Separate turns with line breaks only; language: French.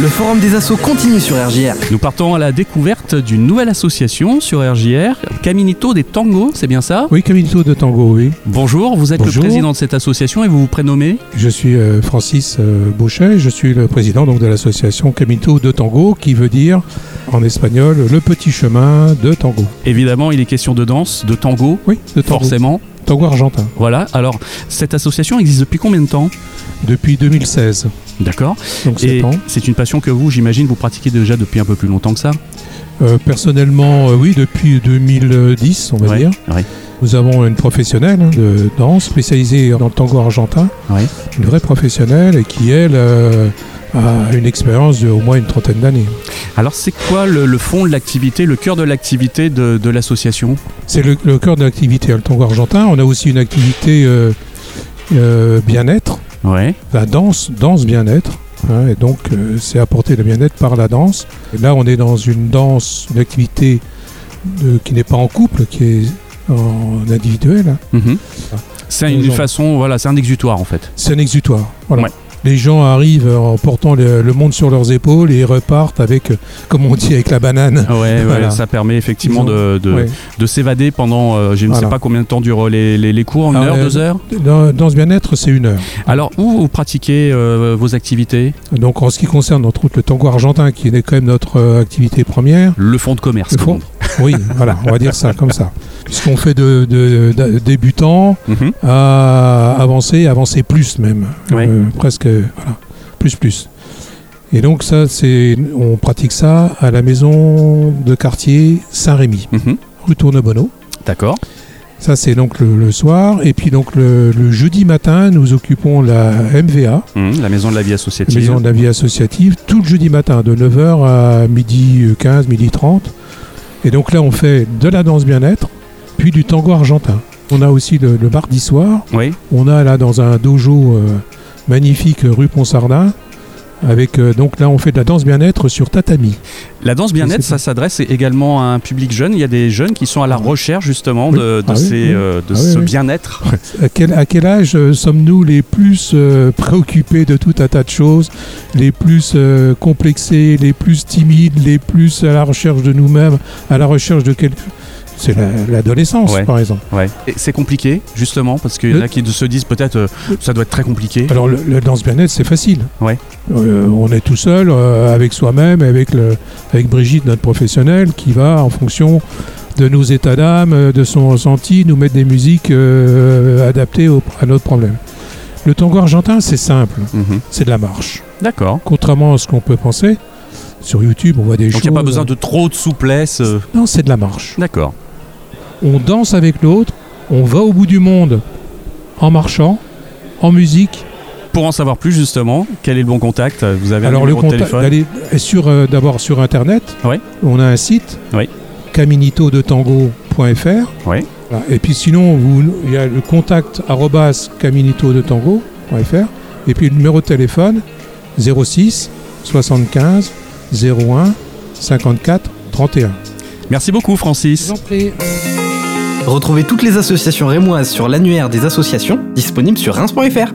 Le forum des assos continue sur RJR.
Nous partons à la découverte d'une nouvelle association sur RJR, Caminito des Tangos, c'est bien ça
Oui, Caminito de Tango, oui.
Bonjour, vous êtes
Bonjour.
le président de cette association et vous vous prénommez
Je suis euh, Francis euh, Bouchet, je suis le président donc, de l'association Caminito de Tango, qui veut dire en espagnol le petit chemin de tango.
Évidemment, il est question de danse, de tango,
Oui, de tango.
forcément.
Tango argentin,
Voilà, alors cette association existe depuis combien de temps
depuis 2016,
D'accord.
donc
Et
7 ans.
c'est une passion que vous, j'imagine, vous pratiquez déjà depuis un peu plus longtemps que ça
Euh, personnellement, euh, oui, depuis 2010, on va
Ouais,
dire.
ouais.
Nous avons une professionnelle hein, de danse spécialisée dans le tango argentin,
Ouais.
une vraie professionnelle et qui, elle, euh, a une expérience de au moins une trentaine d'années.
Alors c'est quoi le, le fond de l'activité, le cœur de l'activité de, de l'association
C'est le, le cœur de l'activité, hein, le tango argentin. On a aussi une activité euh, euh, bien-être,
Ouais.
la danse, danse bien-être. hein, et donc, euh, c'est apporter le bien-être par la danse. Et là, on est dans une danse, une activité de- qui n'est pas en couple, qui est en individuel. hein.
Mhm. C'est une
Bonjour.
façon, voilà, c'est un exutoire en fait.
C'est un exutoire. Voilà.
Ouais.
Les gens arrivent en portant le, le monde sur leurs épaules et repartent avec, euh, comme on dit, avec la banane.
Ouais, ouais,
Voilà.
ça permet effectivement
Ils
de, Ah, de,
Ouais.
de s'évader pendant, euh, je ne
Voilà.
sais pas combien de temps durent les, les- les cours, une
Ah,
heure,
euh,
deux heures.
Dans, dans ce bien-être, c'est une heure.
Alors où vous pratiquez euh, vos activités
Donc, en ce qui concerne, entre autres, le tango argentin, qui est quand même notre euh, activité première,
Le fonds de commerce.
Le
comme
fonds. oui, voilà, on va dire ça comme ça. Puisqu'on fait de, de- de- débutants
on dit. Mhm.
à avancer, avancer plus même.
Ouais.
Euh, presque, voilà, plus plus. Et donc, ça, c'est, on pratique ça à la maison de quartier Saint-Rémy,
Mhm.
rue Tournebonneau.
D'accord.
Ça, c'est donc le, le soir. Et puis, donc, le, le jeudi matin, nous occupons la MVA,
Mhm. La maison de la vie
la
associative.
Maison de la Vie Associative, tout le jeudi matin, de 9h à midi 15, midi 30. Et donc là, on fait de la danse bien-être, puis du tango argentin. On a aussi le, le mardi soir,
Oui.
on a là dans un dojo euh, magnifique euh, rue Ponsardin, avec euh, donc là on fait de la danse bien-être sur tatami.
La danse bien-être,
Je sais
ça s'adresse également à un public jeune. Il y a des jeunes qui sont à la recherche justement de, de
Ah oui,
ces,
oui.
euh, de
Ah oui,
ce
oui.
bien-être.
À quel, à quel âge euh, sommes-nous les plus euh, préoccupés de tout un tas de choses, les plus euh, complexés, les plus timides, les plus à la recherche de nous-mêmes, à la recherche de quel... C'est la- l'adolescence,
Ouais.
par exemple.
Ouais. Et C'est compliqué justement parce qu'il y en a qui se disent peut-être euh, ça doit être très compliqué.
Alors, le, le danse bien-être, c'est facile.
Ouais.
Euh, on est tout seul, euh, avec soi-même, avec, le, avec Brigitte, notre professionnelle, qui va, en fonction de nos états d'âme, euh, de son ressenti, nous mettre des musiques euh, adaptées au- à notre problème. Le tango argentin, c'est simple,
Mhm.
c'est de la marche.
D'accord.
contrairement à ce qu'on peut penser, sur YouTube, on voit des
Donc
choses.
il n'y a pas besoin de trop de souplesse. euh.
Non, c'est de la marche.
D'accord.
On danse avec l'autre, on va au bout du monde en marchant, en musique.
Pour en savoir plus justement, quel est le bon contact Vous avez un
Alors le
numéro de
contact,
téléphone
d'aller est sur euh, d'abord sur internet.
Ouais.
On a un site.
Ouais.
caminitodetango.fr.
Ouais.
Voilà. Et puis sinon, vous, il y a le contact arrobas caminitodetango.fr et puis le numéro de téléphone 06 75 01 54 31.
Merci beaucoup Francis.
Retrouvez toutes les associations rémoises sur l'annuaire des associations disponible sur Reims.fr.